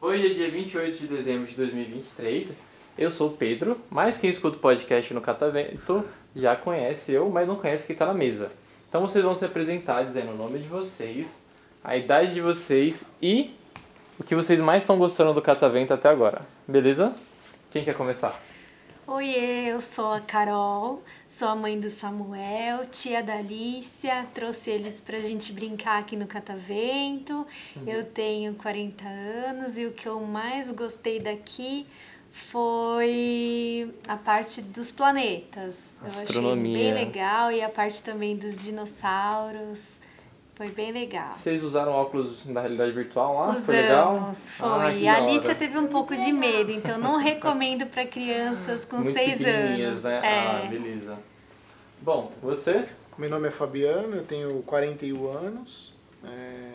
Hoje é dia 28 de dezembro de 2023. Eu sou o Pedro, mas quem escuta o podcast no Catavento já conhece eu, mas não conhece quem tá na mesa. Então vocês vão se apresentar dizendo o nome de vocês, a idade de vocês e o que vocês mais estão gostando do Catavento até agora. Beleza? Quem quer começar? Oiê, eu sou a Carol, sou a mãe do Samuel, tia da Alicia, trouxe eles pra gente brincar aqui no Catavento. Eu tenho 40 anos e o que eu mais gostei daqui foi a parte dos planetas. Eu achei Astronomia. bem legal e a parte também dos dinossauros. Foi bem legal. Vocês usaram óculos na realidade virtual lá? Usamos, foi legal? foi. Ah, que a da hora. Alicia teve um pouco de medo, então não recomendo pra crianças com Muito 6 pequenininhas, anos. Né? Ah, É. beleza. Bom, você? Meu nome é Fabiano, eu tenho 41 anos. é,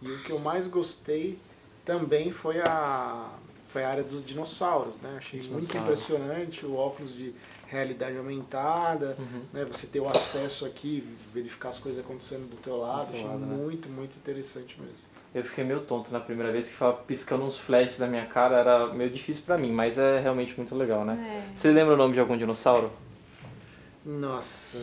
e o que eu mais gostei também foi a, foi a área dos dinossauros, né? Achei muito Dinossauros. impressionante o óculos de realidade aumentada, Uhum. né? Você ter o acesso aqui, verificar as coisas acontecendo do teu lado. Do seu Achei lado, né? muito, muito interessante mesmo. Eu fiquei meio tonto na primeira vez que ficava piscando uns flashes na minha cara, era meio difícil pra mim, mas é realmente muito legal, né? É. Você lembra o nome de algum dinossauro? Nossa,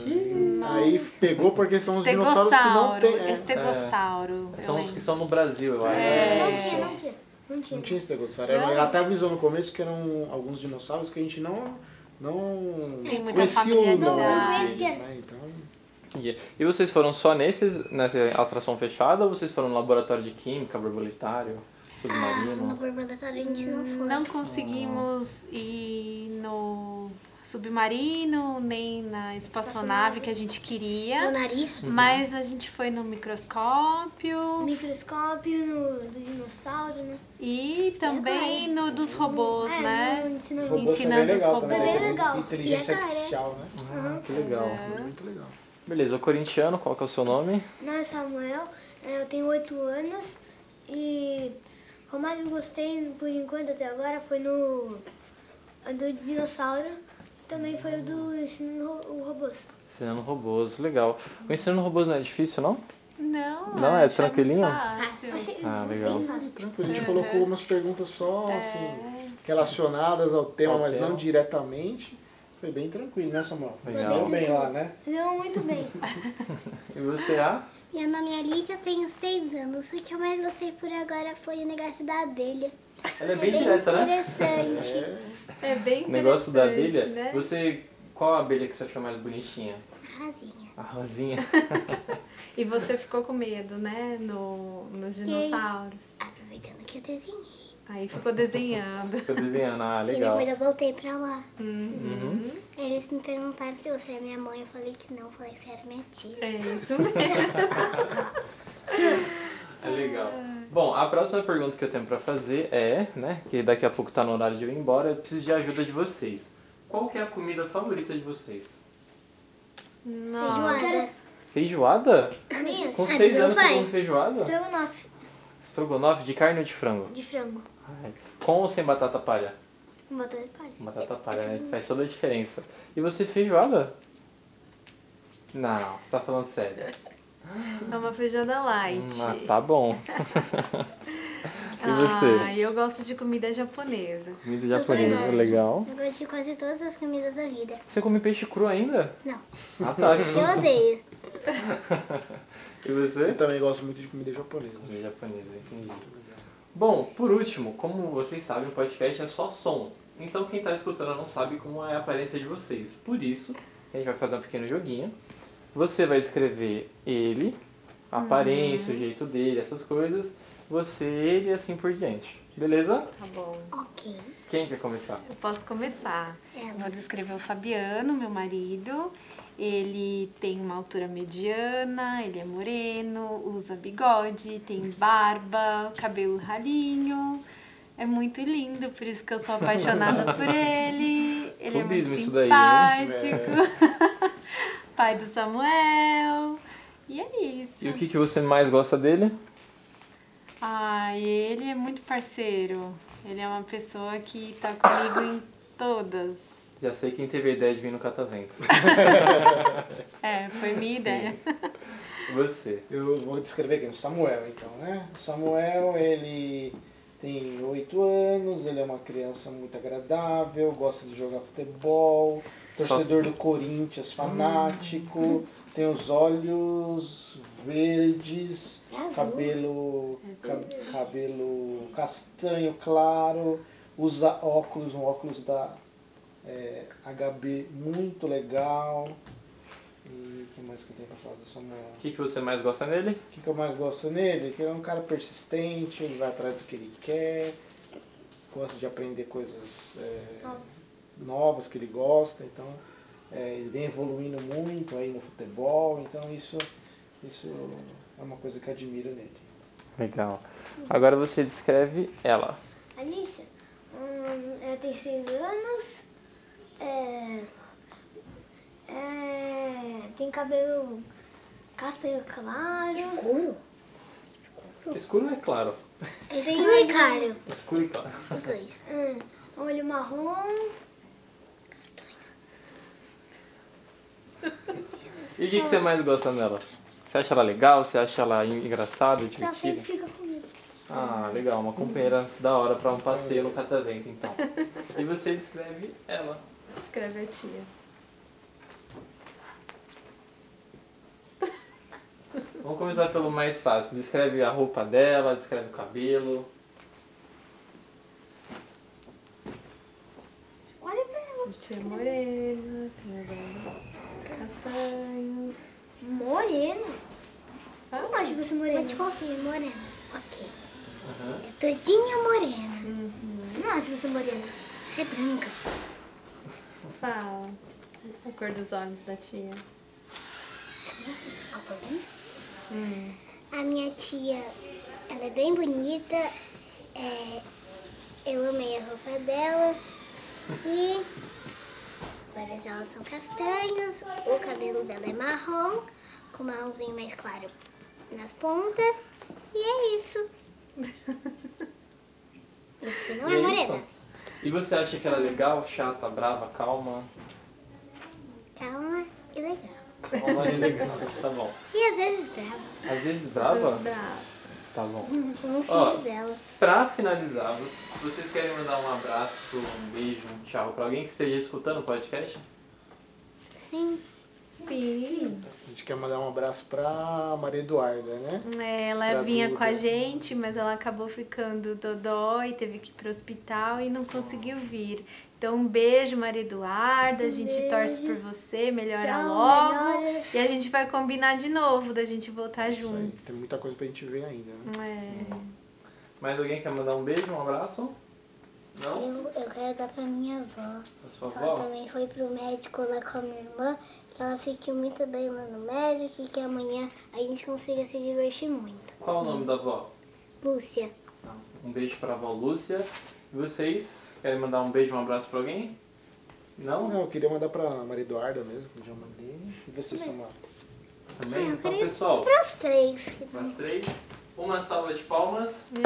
aí pegou porque são os dinossauros que não Estegossauro, tem. é. estegossauro. eu É, São os lembro. que são no Brasil, eu acho. É. Não tinha, não tinha. Não tinha. Não tinha estegossauro. Ela ela até avisou no começo que eram alguns dinossauros que a gente não, não Tem muita conhecia o nome familiaridade. Não deles, conhecia. né? Então, E- E vocês foram só nesses, nessa atração fechada ou vocês foram no laboratório de química, borboletário, No submarino? borboletário a gente não foi. Não conseguimos ir no submarino, nem na espaçonave que a gente No é? queria, Uhum. nariz. mas a gente foi no No microscópio microscópio, no do dinossauro, né? e também no dos robôs, é, né? No Hum, ensino robô. robô foi bem Ensinando os legal também, robôs. né? Aquele Legal. Inteligência E a cara, é? artificial, né? Ah, que legal. Foi muito legal. Beleza, o corintiano, qual que é o seu nome? Não, é Samuel, é, eu tenho 8 anos e o que eu mais gostei por enquanto até agora foi no a do dinossauro e também foi o do ensino ro- o robôs. Ensinando robôs, legal. O ensinando robôs não é difícil, não? Não, Não, é achamos tranquilinho? fácil. Ah, legal. bem fácil. Tranquilo, a gente Uhum. colocou umas perguntas só É. assim, relacionadas ao tema, Ao mas tema. não diretamente. Foi bem tranquilo, né, Samuel? Legal. Deu bem lá, né? Não, muito bem. E você, A? Meu nome é Alice, eu tenho 6 anos. O que eu mais gostei por agora foi o negócio da abelha. Ela é bem direta, né? Interessante. É bem O negócio da interessante, abelha, né? você. Qual a abelha que você achou mais bonitinha? Rasinha. A rosinha. E você ficou com medo, né? No, nos dinossauros. Aproveitando que eu desenhei. Aí ficou desenhando. Ficou desenhando. Ah, legal. E depois eu voltei pra lá. Uhum. Eles me perguntaram se você era minha mãe. Eu falei que não, eu falei que você era minha tia. É isso mesmo. É legal. Bom, a próxima pergunta que eu tenho pra fazer é, né? Que daqui a pouco tá no horário de eu ir embora, eu preciso de ajuda de vocês. Qual que é a comida favorita de vocês? Feijoada. Feijoada? Minhas? Com Ah, do seis meu anos você pai. come feijoada? Estrogonofe Estrogonofe de carne ou de frango? de frango. Ai, Com ou sem batata palha? Um com Batata de palha. Batata palha, né? Faz toda a diferença. E você feijoada? Não, você tá falando sério. É uma feijoada light. Ah, tá bom. e você? Ah, eu gosto de comida japonesa. Comida Eu japonesa, gosto. legal. Eu gosto de quase todas as comidas da vida. Você come peixe cru ainda? Não. Ah, tá. que Eu susto. odeio. E você? Eu também gosto muito de comida japonesa. Comida japonesa, entendi. Bom, por último, como vocês sabem, o podcast é só som. Então quem tá escutando não sabe como é a aparência de vocês. Por isso, a gente vai fazer um pequeno joguinho. Você vai descrever ele, a Uhum. aparência, o jeito dele, essas coisas. Você, ele e assim por diante. Beleza? Tá bom. Ok. Quem quer começar? Eu posso começar. É, Vou descrever o Fabiano, meu marido. Ele tem uma altura mediana, ele é moreno, usa bigode, tem barba, cabelo ralinho. É muito lindo, por isso que eu sou apaixonada por ele. Ele é Clubismo muito isso daí, né? É. hein? simpático. Pai do Samuel. E é isso. E o que, que você mais gosta dele? Ah, Ai, ele é muito parceiro. Ele é uma pessoa que tá comigo em todas. Já sei quem teve a ideia de vir no catavento. É, foi minha ideia. Você. Eu vou descrever quem? O Samuel, então, né? O Samuel, ele tem oito anos, ele é uma criança muito agradável, gosta de jogar futebol, torcedor do Corinthians, fanático, tem os olhos verdes, É azul. É cabelo, ca- cabelo castanho claro, usa óculos, um óculos da é, HB muito legal. E o que mais que tem pra falar do Samuel? O que, que você mais gosta nele? O que, que eu mais gosto nele? Que ele é um cara persistente, ele vai atrás do que ele quer, gosta de aprender coisas é, novas que ele gosta, então é, ele vem evoluindo muito aí no futebol, então isso, isso é uma coisa que eu admiro nele. Legal. Agora você descreve ela. Alicia, hum, ela tem seis anos, é, é, tem cabelo castanho claro, Escuro? Escuro é claro. É escuro e caro. Escuro e claro. Os dois. hum, olho marrom, E o que, que Ah. você mais gosta nela? Você acha ela legal? Você acha ela en- engraçada, ela sempre divertida? fica comigo. Ah, legal. Uma companheira da hora pra um passeio no catavento, então. E você descreve ela. Escreve a tia. Vamos começar pelo mais fácil. Descreve a roupa dela, descreve o cabelo. Olha pra ela. A tia é morena, tem os olhos castanhos. Morena? Eu não acho você morena. Mas tipo fofinha, morena. Ok. É todinha morena. Eu não acho Uhum. você morena. Você é branca. Fala. A cor dos olhos da tia. Hum. Tá A minha tia, ela é bem bonita. é, eu amei a roupa dela. E os olhos dela são castanhos. O cabelo dela é marrom, com um marronzinho mais claro nas pontas. E é isso. Você não E é é morena. isso. E você acha que ela é legal, chata, brava, calma? Calma e legal. Calma e legal. Tá bom. E às vezes brava, Às vezes brava? Seus braços. Tá bom. como o filho Ó. dela. Pra finalizar, vo- vocês querem mandar um abraço, um beijo, um tchau pra alguém que esteja escutando o podcast? Sim. Sim. A gente quer mandar um abraço pra Maria Eduarda, né? É, Ela Pra vinha Duda. com a gente, mas ela acabou ficando dodó e teve que ir pro hospital e não conseguiu vir. Então, um beijo, Maria Eduarda. a gente torce por você, melhora Tchau, logo. melhoras. E a gente vai combinar de novo da gente voltar Isso aí. Tem Tá juntos. muita coisa pra gente ver ainda, né? É. Mais alguém quer mandar um beijo, um abraço? Não? Eu, eu quero dar pra minha avó. A sua Ela avó? também foi pro médico lá com a minha irmã, que ela fique muito bem lá no médico e que amanhã a gente consiga se divertir muito. Qual o nome da avó? Lúcia, Um beijo pra avó Lúcia. E vocês querem mandar um beijo, um abraço pra alguém? Não? Não, Então, eu queria mandar pra Maria Eduarda mesmo, que eu já mandei. E você, Samuel? Também? Ah, eu então, queria- pessoal, para os três. nós três, uma salva de palmas. Êêê.